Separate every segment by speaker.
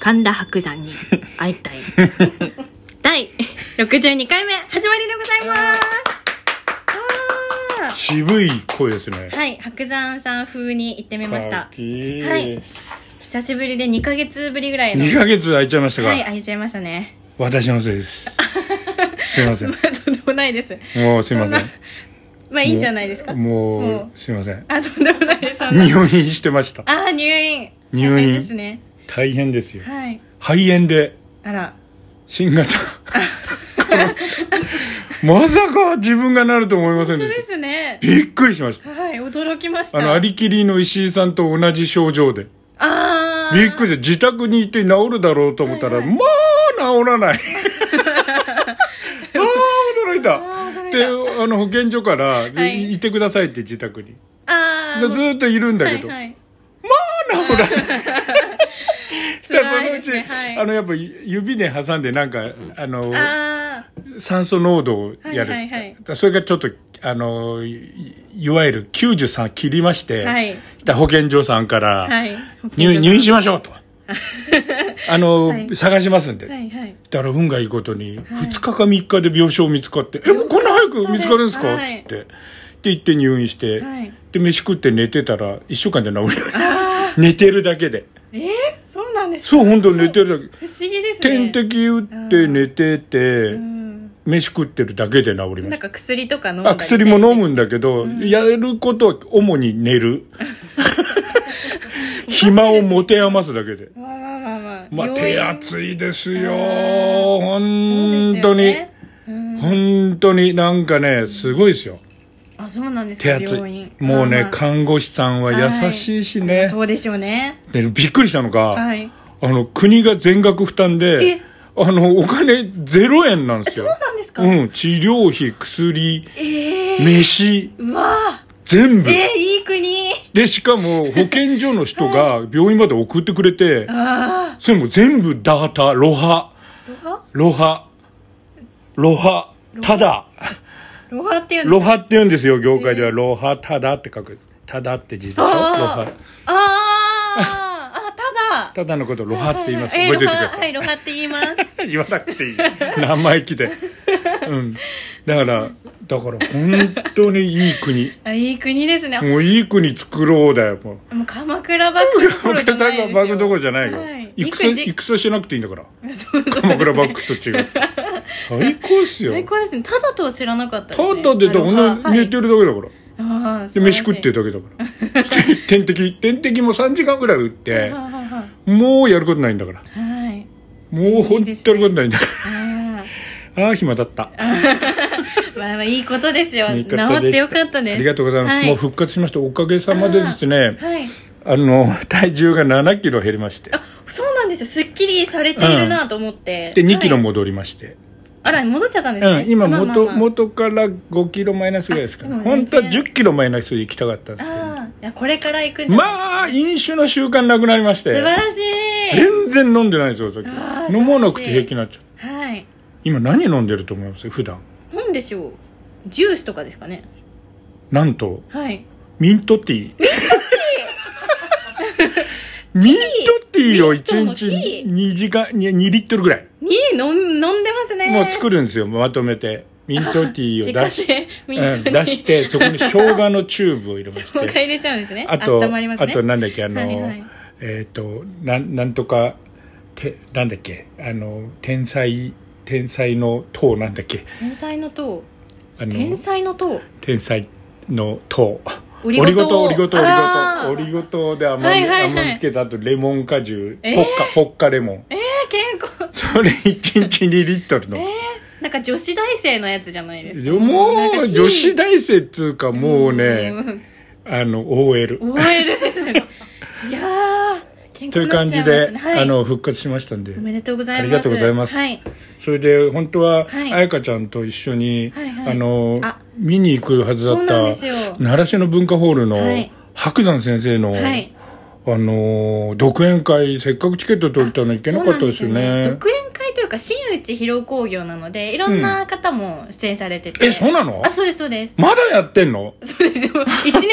Speaker 1: 神田伯山に会いた い第62回目始まりでございます
Speaker 2: 渋い声ですね
Speaker 1: あーはい白山さん風に行ってみまし
Speaker 2: か
Speaker 1: た
Speaker 2: っけー
Speaker 1: はい久しぶりで2ヶ月ぶりぐらいの
Speaker 2: 2ヶ月空いちゃいましたが、
Speaker 1: はい開いちゃいましたね
Speaker 2: 私のせいですすいませ ん
Speaker 1: まあとんでもないです
Speaker 2: もうすいませ
Speaker 1: そなんまあいいんじゃないですか
Speaker 2: もう
Speaker 1: も
Speaker 2: もうすいません
Speaker 1: あとんでもないですそんな
Speaker 2: 入院してました
Speaker 1: あー入院
Speaker 2: 入
Speaker 1: 大変です
Speaker 2: 院
Speaker 1: ね
Speaker 2: 大変ですよ
Speaker 1: はい
Speaker 2: 肺炎で
Speaker 1: あら
Speaker 2: 新 型まさか自分がなると思いま
Speaker 1: 本
Speaker 2: せん
Speaker 1: 当
Speaker 2: で
Speaker 1: で
Speaker 2: し
Speaker 1: すね
Speaker 2: たびっくりしました
Speaker 1: はい驚きました
Speaker 2: あのありきりの石井さんと同じ症状で
Speaker 1: あー
Speaker 2: びっくりで自宅にいて治るだろうと思ったら、
Speaker 1: はいはい
Speaker 2: まあ治らな いああ驚いた
Speaker 1: あー驚いた
Speaker 2: であの保健所から、で
Speaker 1: はい
Speaker 2: い、てくださいって自宅に
Speaker 1: あ
Speaker 2: で
Speaker 1: あ
Speaker 2: ずーっといるんだけど、
Speaker 1: はいはい、
Speaker 2: まあ治 らないそしたらそのう
Speaker 1: 辛いで
Speaker 2: ち、
Speaker 1: すねはい
Speaker 2: あのやっぱ指で挟んでなんかあの
Speaker 1: ああ
Speaker 2: 酸素濃度をやる、
Speaker 1: はいはい
Speaker 2: それがちょっとあのいいわゆる93切りまして、
Speaker 1: はい
Speaker 2: した保健所さんから、
Speaker 1: はい
Speaker 2: 入入 院し
Speaker 1: ま
Speaker 2: ましょうとあの、
Speaker 1: はい
Speaker 2: 探しますんで、
Speaker 1: はいはい
Speaker 2: だから運がいいことに2日か3日で病床見つかって「えもうこんな早く見つかるんですか?」っ
Speaker 1: はい
Speaker 2: つって。で行って入院して、
Speaker 1: はい
Speaker 2: で飯食って寝てたら1週間で治る
Speaker 1: ああ
Speaker 2: 寝てるだけで
Speaker 1: えー、そうなんですか
Speaker 2: そう本当寝てる
Speaker 1: 不
Speaker 2: だ
Speaker 1: 思議です
Speaker 2: け、
Speaker 1: ね
Speaker 2: 点滴打って寝てて、
Speaker 1: うん
Speaker 2: 飯食ってるだけで治りま
Speaker 1: なん
Speaker 2: し
Speaker 1: か薬とか飲ん
Speaker 2: た
Speaker 1: だ
Speaker 2: あ
Speaker 1: り
Speaker 2: 薬も飲むんだけど、
Speaker 1: うん
Speaker 2: やることは主に寝 る暇を持て余すだけで
Speaker 1: まあまあまあまあ
Speaker 2: まあ
Speaker 1: 病院
Speaker 2: 手厚いですよ
Speaker 1: うん
Speaker 2: 本当
Speaker 1: そうで
Speaker 2: に、
Speaker 1: すよねうん、
Speaker 2: 本当になんかねすごいですよ
Speaker 1: あそうなんですか
Speaker 2: 手厚
Speaker 1: 病
Speaker 2: い
Speaker 1: 院
Speaker 2: もうね、
Speaker 1: まあまあ
Speaker 2: 看護師さんは優しいしね、
Speaker 1: そうでしょうね
Speaker 2: でびっくりしたのが、
Speaker 1: はい
Speaker 2: あの国が全額負担で
Speaker 1: え
Speaker 2: あのお金0円なんです
Speaker 1: そう
Speaker 2: よ
Speaker 1: なんですか、
Speaker 2: うん治療費薬
Speaker 1: ええ
Speaker 2: 飯
Speaker 1: うわ
Speaker 2: 全
Speaker 1: ー
Speaker 2: 部
Speaker 1: えー、いい国
Speaker 2: でしかも保健所の人 が病院まで送ってくれて
Speaker 1: ああ
Speaker 2: それも全部ダータロハ
Speaker 1: ロハ
Speaker 2: ロハロハ
Speaker 1: ロハ
Speaker 2: ただ
Speaker 1: ロハっていうんです
Speaker 2: ロハって言うんですよ業界で
Speaker 1: え
Speaker 2: は
Speaker 1: ー
Speaker 2: ロハただって書くただって字でしょロ
Speaker 1: あー
Speaker 2: ハ
Speaker 1: あああただ
Speaker 2: ただのことをロハって言います。
Speaker 1: は
Speaker 2: 覚
Speaker 1: は
Speaker 2: え
Speaker 1: はえーロハ
Speaker 2: ておいてくださ
Speaker 1: はい
Speaker 2: い。
Speaker 1: ロハって言います
Speaker 2: 言わなくていい。 生意気で。うん。だから、だから本当にいい国。
Speaker 1: あ いい国ですね
Speaker 2: もういい国作ろうだよ。もう。
Speaker 1: もう鎌倉幕府どころじゃないですよ
Speaker 2: バックどころじゃないよ
Speaker 1: はい。
Speaker 2: 戦、
Speaker 1: いい国で
Speaker 2: 戦しなくていいんだから。
Speaker 1: そうそう
Speaker 2: 鎌倉幕府と違 う。最高っすよ。
Speaker 1: 最高ですねただとは知らなかった
Speaker 2: た
Speaker 1: ですね
Speaker 2: だでだ、こん
Speaker 1: ロ
Speaker 2: な
Speaker 1: ハ
Speaker 2: 寝てるだけだから。
Speaker 1: はいあー素晴ら
Speaker 2: で、
Speaker 1: し
Speaker 2: 飯
Speaker 1: い
Speaker 2: 食ってるだけだから。点滴、点滴も3時間ぐらい打って
Speaker 1: は、いはいはい
Speaker 2: もうやることないんだから。
Speaker 1: はいはい
Speaker 2: もう本当やることないんだから。
Speaker 1: あ
Speaker 2: ああ、暇だった。
Speaker 1: ーまあまあいいことですよ
Speaker 2: いい
Speaker 1: 治
Speaker 2: ことでした
Speaker 1: ってよかったです
Speaker 2: ありがとうございます。
Speaker 1: は
Speaker 2: もう復活しました。おかげさまでですね、
Speaker 1: はい
Speaker 2: あの、 体重が7キロ減りまして、
Speaker 1: あそうなんですよすっきりされているなと思って、
Speaker 2: で、2キロ
Speaker 1: はい
Speaker 2: 戻りまして、
Speaker 1: あら戻っちゃったんですね、
Speaker 2: うん、今元、
Speaker 1: まあまあまあ
Speaker 2: 元から5キロマイナスぐらいですか
Speaker 1: あで
Speaker 2: ね。
Speaker 1: も全
Speaker 2: 本
Speaker 1: 然
Speaker 2: 当は10キロマイナスで行きたかったんですけど、
Speaker 1: ああいやこれから行くんじゃない
Speaker 2: まあ、飲酒の習慣なくなりまし
Speaker 1: 素晴
Speaker 2: て、
Speaker 1: らしい
Speaker 2: 全然飲んでないんですよ、さっ
Speaker 1: あ
Speaker 2: き
Speaker 1: ー
Speaker 2: 飲まなくて平気になっちゃう。
Speaker 1: はい
Speaker 2: 今何飲んでると思います普段。
Speaker 1: 何でしょうジュースとかですかね
Speaker 2: なんと、
Speaker 1: はい
Speaker 2: ミントティー。ミントティーを
Speaker 1: ミント
Speaker 2: 1
Speaker 1: のテ
Speaker 2: 日
Speaker 1: ィー
Speaker 2: 2時間、2リットルぐらい。
Speaker 1: に飲ん飲んでますね
Speaker 2: もう作るんですよ、まとめて。ミントティーを
Speaker 1: 自
Speaker 2: 出
Speaker 1: 家
Speaker 2: し、
Speaker 1: 製ミント
Speaker 2: うん
Speaker 1: ティー
Speaker 2: 出して、そこに生姜のチューブを入れまし
Speaker 1: もう一
Speaker 2: て。
Speaker 1: 回入れちゃうんですね
Speaker 2: あと、
Speaker 1: 温まります
Speaker 2: あ
Speaker 1: ね
Speaker 2: となんだっけ、あの、
Speaker 1: はいはい
Speaker 2: えっ、と、なん、なんとか、て、なんだっけ、あの、天才、天才の塔なんだっけ、
Speaker 1: 天才の塔
Speaker 2: あの、
Speaker 1: 天才の塔
Speaker 2: 天才の塔。
Speaker 1: オ
Speaker 2: オリゴ糖、
Speaker 1: を
Speaker 2: オリゴ糖、オリゴ
Speaker 1: あ
Speaker 2: 糖。
Speaker 1: ー
Speaker 2: オリゴ糖で甘み、
Speaker 1: はいはいはい
Speaker 2: 甘みつけた後、レモン果汁、
Speaker 1: えー
Speaker 2: ポッカ、ポッカレモン。
Speaker 1: 健康
Speaker 2: それ1日2リットルの。
Speaker 1: なんか女子大生のやつじゃないですか
Speaker 2: も
Speaker 1: なん
Speaker 2: う、
Speaker 1: か
Speaker 2: 女子大生っつうか、もうね、
Speaker 1: ん
Speaker 2: あの、OL。
Speaker 1: OL ですね。いやー、健
Speaker 2: とい
Speaker 1: 康
Speaker 2: う
Speaker 1: になっ
Speaker 2: 感
Speaker 1: ちゃいま
Speaker 2: じ
Speaker 1: すね
Speaker 2: で、
Speaker 1: はい、
Speaker 2: あの、復活しましたんで
Speaker 1: お。めでとうございます。
Speaker 2: ありがとうございます
Speaker 1: はい。
Speaker 2: それで、本当は、
Speaker 1: はい
Speaker 2: 彩香ちゃんと一緒に、
Speaker 1: はいはい
Speaker 2: あの
Speaker 1: あ、
Speaker 2: 見に行くはずだ
Speaker 1: そう
Speaker 2: っ
Speaker 1: なんです
Speaker 2: た、
Speaker 1: よ。
Speaker 2: 奈良市の文化ホールの
Speaker 1: はい、
Speaker 2: 白山先生の、
Speaker 1: はい。
Speaker 2: あの、独演会、せっかくチケット取れたのに行けなかったですよ
Speaker 1: そうなん
Speaker 2: ね。
Speaker 1: 独演会というか、新内広工業なので、いろんな方も出演されてて。
Speaker 2: え、そうなの
Speaker 1: あ、そうです、そうです。
Speaker 2: まだやってんの
Speaker 1: そうですよ。1年半ぐらい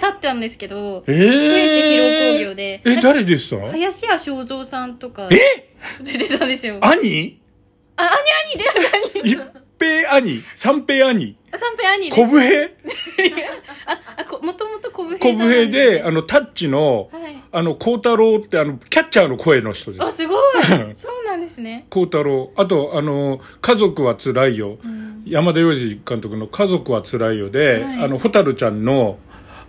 Speaker 1: 経ってたんですけど、
Speaker 2: え
Speaker 1: 新内広工
Speaker 2: え
Speaker 1: 業で
Speaker 2: え、
Speaker 1: なんか
Speaker 2: 誰でした
Speaker 1: 林家正蔵さんとか
Speaker 2: え
Speaker 1: 出てたんですよあ
Speaker 2: 兄
Speaker 1: 兄で兄
Speaker 2: 一平兄三平兄
Speaker 1: あ三平兄で
Speaker 2: 小
Speaker 1: す
Speaker 2: 武 平
Speaker 1: あこもともと小武平
Speaker 2: 小
Speaker 1: さん
Speaker 2: 武平で、あの、タッチの、
Speaker 1: はい
Speaker 2: あの、孝太郎って、あの、キャッチャーの声の人で
Speaker 1: あ
Speaker 2: す。
Speaker 1: すごいそうなんですね、
Speaker 2: 孝太郎。あと、あの、家族は辛いよ。
Speaker 1: うん
Speaker 2: 山田洋次監督の家族は辛いよ
Speaker 1: は
Speaker 2: で、
Speaker 1: い
Speaker 2: あの、蛍ちゃんの、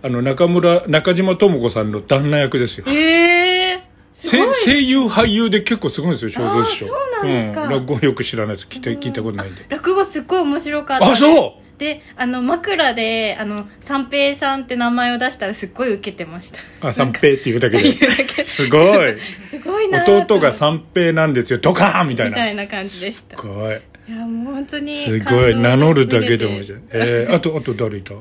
Speaker 2: あの、中村、中島智子さんの旦那役ですよ。
Speaker 1: ええす
Speaker 2: せ
Speaker 1: ごい
Speaker 2: 声優俳優で結構すごいんですよ正蔵師匠
Speaker 1: あーそうなんですか
Speaker 2: うん、落語よく知らないです聞いた
Speaker 1: すごい
Speaker 2: 聞いたことないんで
Speaker 1: 落語すっごい面白かった
Speaker 2: あそう
Speaker 1: であの枕であの三平さんって名前を出したらすっごい受けてました
Speaker 2: うあ三平っていうだ け
Speaker 1: 言う
Speaker 2: で
Speaker 1: だけす
Speaker 2: すごい
Speaker 1: ご いなー
Speaker 2: 弟が三平なんですよドカーンみたい
Speaker 1: みた
Speaker 2: ない
Speaker 1: な感じでした
Speaker 2: すごい
Speaker 1: いやもう本当に
Speaker 2: すごい名乗るだけでも
Speaker 1: じ
Speaker 2: じ
Speaker 1: ゃ
Speaker 2: ゃえー、あとあと誰いた
Speaker 1: あ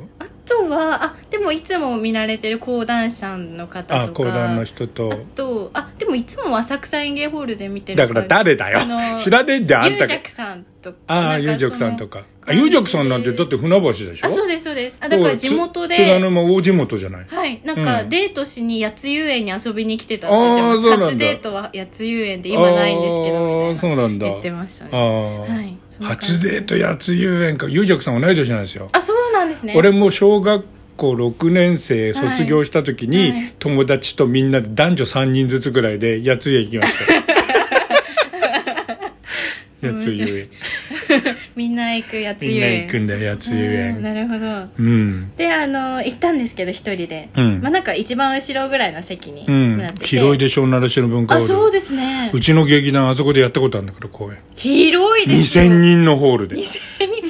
Speaker 1: とはあでもいつも見られてる講談師さんの方とか
Speaker 2: あ講談の人と
Speaker 1: あとあでもいつも浅草園芸ホールで見てる
Speaker 2: だから誰だよ
Speaker 1: あのー
Speaker 2: 知らねえんだよあ
Speaker 1: ゆ
Speaker 2: ん
Speaker 1: う
Speaker 2: た
Speaker 1: じゃ
Speaker 2: が
Speaker 1: くさんとか
Speaker 2: ああ
Speaker 1: な
Speaker 2: ゆう
Speaker 1: かそ
Speaker 2: じゃ
Speaker 1: の
Speaker 2: くさんとかあ
Speaker 1: 感じで
Speaker 2: ゆうじゃくさんなんてだって船橋でしょ
Speaker 1: あそうですそうですあだから地元
Speaker 2: つ津田
Speaker 1: で
Speaker 2: 沼大地元じゃない
Speaker 1: はいなんか
Speaker 2: うん
Speaker 1: デートしに八つ遊園に遊びに来てたって言ってま
Speaker 2: あーそう
Speaker 1: し
Speaker 2: な
Speaker 1: た
Speaker 2: んだ
Speaker 1: 初デートは八つ遊園で今ないんですけどみ
Speaker 2: あー
Speaker 1: たい
Speaker 2: そうなんだ
Speaker 1: な言ってましたね
Speaker 2: ああ、
Speaker 1: はいそんな感じ
Speaker 2: 初デート八つ遊園か、ゆうじゃくさん同い年なんですよ。
Speaker 1: あそうなんですね
Speaker 2: 俺も小学校6年生
Speaker 1: はい
Speaker 2: 卒業した時に、
Speaker 1: はい
Speaker 2: 友達とみんなで男女3人ずつぐらいで八つ遊園行きま した。八つ遊園。
Speaker 1: みんな行く八つ
Speaker 2: み
Speaker 1: 遊
Speaker 2: んな
Speaker 1: 園
Speaker 2: 行くんだよ、八つ遊
Speaker 1: うん
Speaker 2: 園。
Speaker 1: なるほど
Speaker 2: うん。
Speaker 1: であの行ったんですけど一人で、
Speaker 2: うん
Speaker 1: まあ。なんか一番後ろぐらいの席に
Speaker 2: うん。広いでしょ、習志野文化ホ
Speaker 1: あ
Speaker 2: ール。
Speaker 1: そうですね
Speaker 2: うちの劇団あそこでやったことあるんだから、公演。
Speaker 1: 広いですよ
Speaker 2: 2000人のホールで。
Speaker 1: 2000人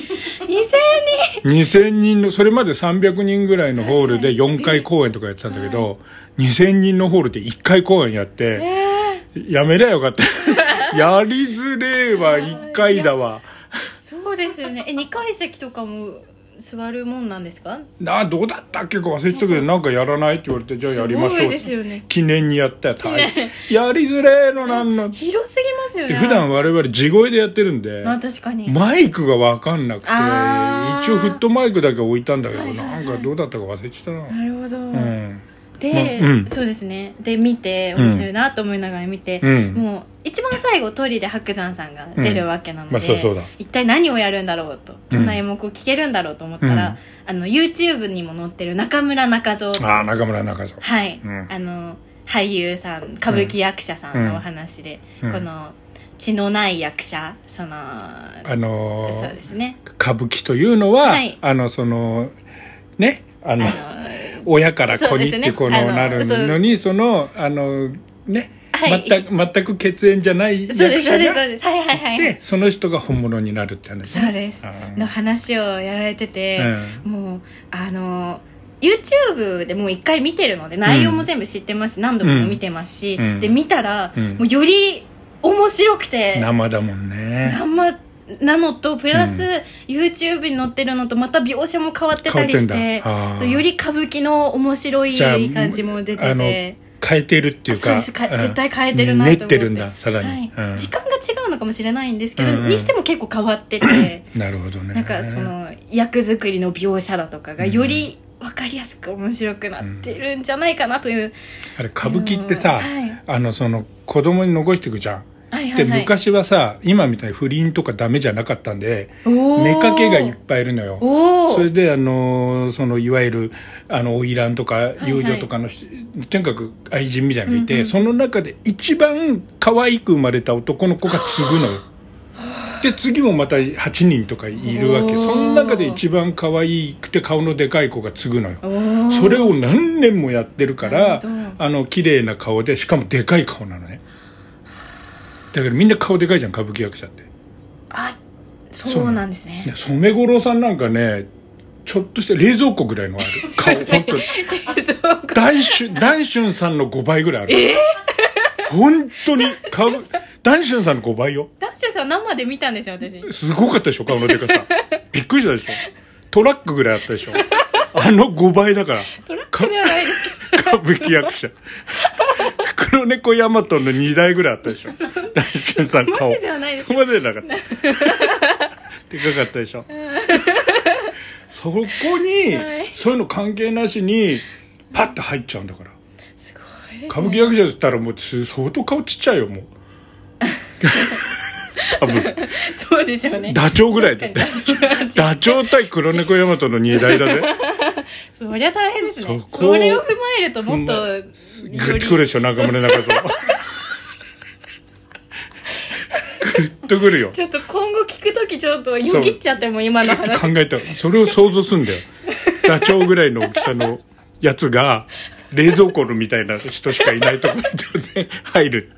Speaker 2: 2000人の、それまで300人ぐらいのホールで4回公演とかやってたんだけど、2000人のホールで1回公演やって、
Speaker 1: ええ
Speaker 2: やめりゃ よかった。やりづれえわ、1回だわ。
Speaker 1: そうですよねえ2階席とかも座るもんなんですか
Speaker 2: なあ、どうだったっけか忘れてたけど、なんかやらないって言われて、じゃあやりまし
Speaker 1: すご
Speaker 2: ょ
Speaker 1: いう
Speaker 2: っ
Speaker 1: です
Speaker 2: て。
Speaker 1: よね
Speaker 2: 記念にやったよ、大
Speaker 1: 記念
Speaker 2: やりづれえのなんの。
Speaker 1: 広すぎますよね
Speaker 2: で普段我々地声でやってるんで、
Speaker 1: まあ確かに、
Speaker 2: マイクがわかんなくて、
Speaker 1: あー
Speaker 2: 一応フットマイクだけ置いたんだけど、
Speaker 1: はいはいは
Speaker 2: ないんかどうだったか忘れてたな。
Speaker 1: なるほど、
Speaker 2: うん。
Speaker 1: で、
Speaker 2: まうん
Speaker 1: そうですねで見て
Speaker 2: うん
Speaker 1: 面白いなと思いながら見て、
Speaker 2: うん。
Speaker 1: もう一番最後トイレで白山さんが出るわけなので、
Speaker 2: まあ、そうそうだ。
Speaker 1: 一体何をやるんだろうと
Speaker 2: うん
Speaker 1: どんな演目を聞けるんだろうと思ったら、あの YouTube にも載ってる中村中蔵
Speaker 2: ああ、中村中蔵。
Speaker 1: はい、
Speaker 2: うん
Speaker 1: あの俳優さん歌舞伎役者さんのお話で、
Speaker 2: うん
Speaker 1: この血のない役者その
Speaker 2: あの
Speaker 1: そう
Speaker 2: ー
Speaker 1: ですね
Speaker 2: 歌舞伎というのは、
Speaker 1: はい
Speaker 2: あの、その、ね、あ
Speaker 1: あ
Speaker 2: の、
Speaker 1: の
Speaker 2: 親から子にっ
Speaker 1: そうです
Speaker 2: て
Speaker 1: ね
Speaker 2: この
Speaker 1: あの
Speaker 2: なるのに、その、あの、ね、
Speaker 1: はい
Speaker 2: 全く、全く血縁じゃない
Speaker 1: そうで
Speaker 2: 役
Speaker 1: すそう
Speaker 2: 者
Speaker 1: です
Speaker 2: が、
Speaker 1: そうですはいはいはい
Speaker 2: で、その人が本物になるって話
Speaker 1: そうです
Speaker 2: あー
Speaker 1: の話をやられてて、
Speaker 2: うん
Speaker 1: もうあの YouTube でもう一回見てるので内容も全部知ってますし、何度も見てますし、
Speaker 2: うん
Speaker 1: で見たら、
Speaker 2: うん
Speaker 1: もうより面白くて
Speaker 2: 生だもんね。
Speaker 1: 生なのとプラス、
Speaker 2: う
Speaker 1: YouTube に載ってるのとまた描写も変わってたりして
Speaker 2: 変わってんだあー
Speaker 1: そうより歌舞伎の面白い
Speaker 2: じゃあ
Speaker 1: 感じも出て
Speaker 2: あの
Speaker 1: て
Speaker 2: 変えてるっていう
Speaker 1: あ
Speaker 2: か、
Speaker 1: そうですか
Speaker 2: うん
Speaker 1: 絶対変えてるなと思って
Speaker 2: 練ってるんだ、さら
Speaker 1: は
Speaker 2: に
Speaker 1: い。
Speaker 2: うん
Speaker 1: 時間が違うのかもしれないんですけど、
Speaker 2: うんうん
Speaker 1: にしても結構変わってて
Speaker 2: なるほどね。
Speaker 1: なんかその役作りの描写だとかがより分かりやすく面白くなってるんじゃないかなという、
Speaker 2: あれ、歌舞伎ってさ、
Speaker 1: はい、はい
Speaker 2: あの、その、子供に残していくじゃん。
Speaker 1: はいはい
Speaker 2: で、昔はさ、今みたいに不倫とかダメじゃなかったんで、
Speaker 1: おー
Speaker 2: 妾がいっぱいいるのよ。
Speaker 1: お
Speaker 2: それ
Speaker 1: ー
Speaker 2: で、あのー、その、いわゆる、あの、花魁とか、
Speaker 1: はい
Speaker 2: 遊女とかのし、とにかく愛人みたいなのがいて、
Speaker 1: うんうん
Speaker 2: その中で一番可愛く生まれた男の子が継ぐのよ。で、次もまた8人とかいるわけ。
Speaker 1: おー
Speaker 2: その中で一番可愛くて顔のでかい子が継ぐのよ。
Speaker 1: おー
Speaker 2: それを何年もやってるから、
Speaker 1: なるほど
Speaker 2: あの綺麗な顔でしかもでかい顔なのねだけどみんな顔でかいじゃん歌舞伎役者って
Speaker 1: あそうなんですね
Speaker 2: ね染五郎さんなんかねちょっとした冷蔵庫ぐらいのある顔本当に
Speaker 1: そうか。
Speaker 2: 大春大春さんの5倍ぐらいある
Speaker 1: えー、
Speaker 2: 本当に顔大春さんの5倍よ
Speaker 1: ダッシュさん生で見たんですよ、私。
Speaker 2: すごかったでしょ顔のでかさびっくりしたでしょトラックぐらいあったでしょあの5倍だから
Speaker 1: トラックではないです
Speaker 2: 歌舞伎役者黒猫ヤマトの2台ぐらいあったでしょ大春さん
Speaker 1: けど。マ
Speaker 2: 顔
Speaker 1: ジではないです
Speaker 2: そ。こまでなかった。 でかかったでしょ。そこに、
Speaker 1: はい
Speaker 2: そういうの関係なしに、パッて入っちゃうんだから。
Speaker 1: すごごいですね
Speaker 2: 歌舞伎役者だったらもうつ相当顔ちっちゃい よもう多分
Speaker 1: そうでしょうね
Speaker 2: ダチョウぐらいだ
Speaker 1: 確
Speaker 2: っ
Speaker 1: か
Speaker 2: て
Speaker 1: にダチョウ
Speaker 2: ダチョウ対黒猫大和の荷台だぜ
Speaker 1: そりゃ大変ですねそ
Speaker 2: そこを
Speaker 1: れを踏まえるともっと
Speaker 2: 踏グ
Speaker 1: よ
Speaker 2: ッ
Speaker 1: り
Speaker 2: とくるでしょ中村中蔵グッとくるよ
Speaker 1: ちょっと今後聞くときちょっとよぎっちゃっても今の話
Speaker 2: 考えたそれを想像すん だよダチョウぐらいの大きさのやつが冷蔵庫のみたいな人しかいないところに突然入る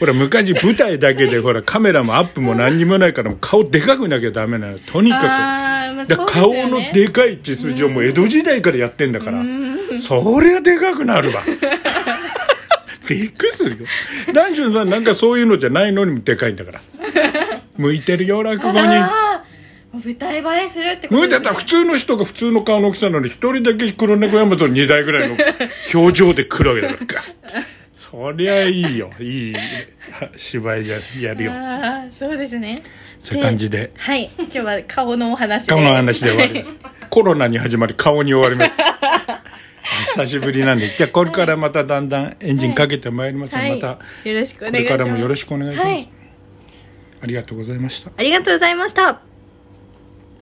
Speaker 2: ほら昔舞台だけでほらカメラもアップも何にもないからもう顔でかくなきゃダメなのとにか
Speaker 1: あーまあ
Speaker 2: くだから
Speaker 1: そう
Speaker 2: 顔
Speaker 1: ですよね
Speaker 2: のでかい血筋をもう江戸時代からやってんだから
Speaker 1: うん
Speaker 2: そりゃでかくなる わびっくりするよ男子さんなんかそういうのじゃないのにもでかいんだから向いてるよ落語に
Speaker 1: あらー舞台映えするってこと
Speaker 2: 無理
Speaker 1: です
Speaker 2: だっ
Speaker 1: ね
Speaker 2: たら普通の人が普通の顔の大きさなのに一人だけ黒猫ヤマトの2台ぐらいの表情で来るわけだ からガッそりゃいいよいい芝居じゃやるよ
Speaker 1: あーそうですね
Speaker 2: そういう感じで
Speaker 1: はい今日は顔のお話で
Speaker 2: 顔の話で終わり
Speaker 1: は
Speaker 2: で
Speaker 1: い
Speaker 2: すコロナに始まり顔に終わります 久しぶりなんでじゃあこれからまただんだんエンジンかけてまいりますのでまた
Speaker 1: はい、よろしくお
Speaker 2: こ
Speaker 1: 願い
Speaker 2: れ
Speaker 1: しま
Speaker 2: か
Speaker 1: す
Speaker 2: らもよろしくお願いします
Speaker 1: はい
Speaker 2: ありがとうございました
Speaker 1: ありがとうございました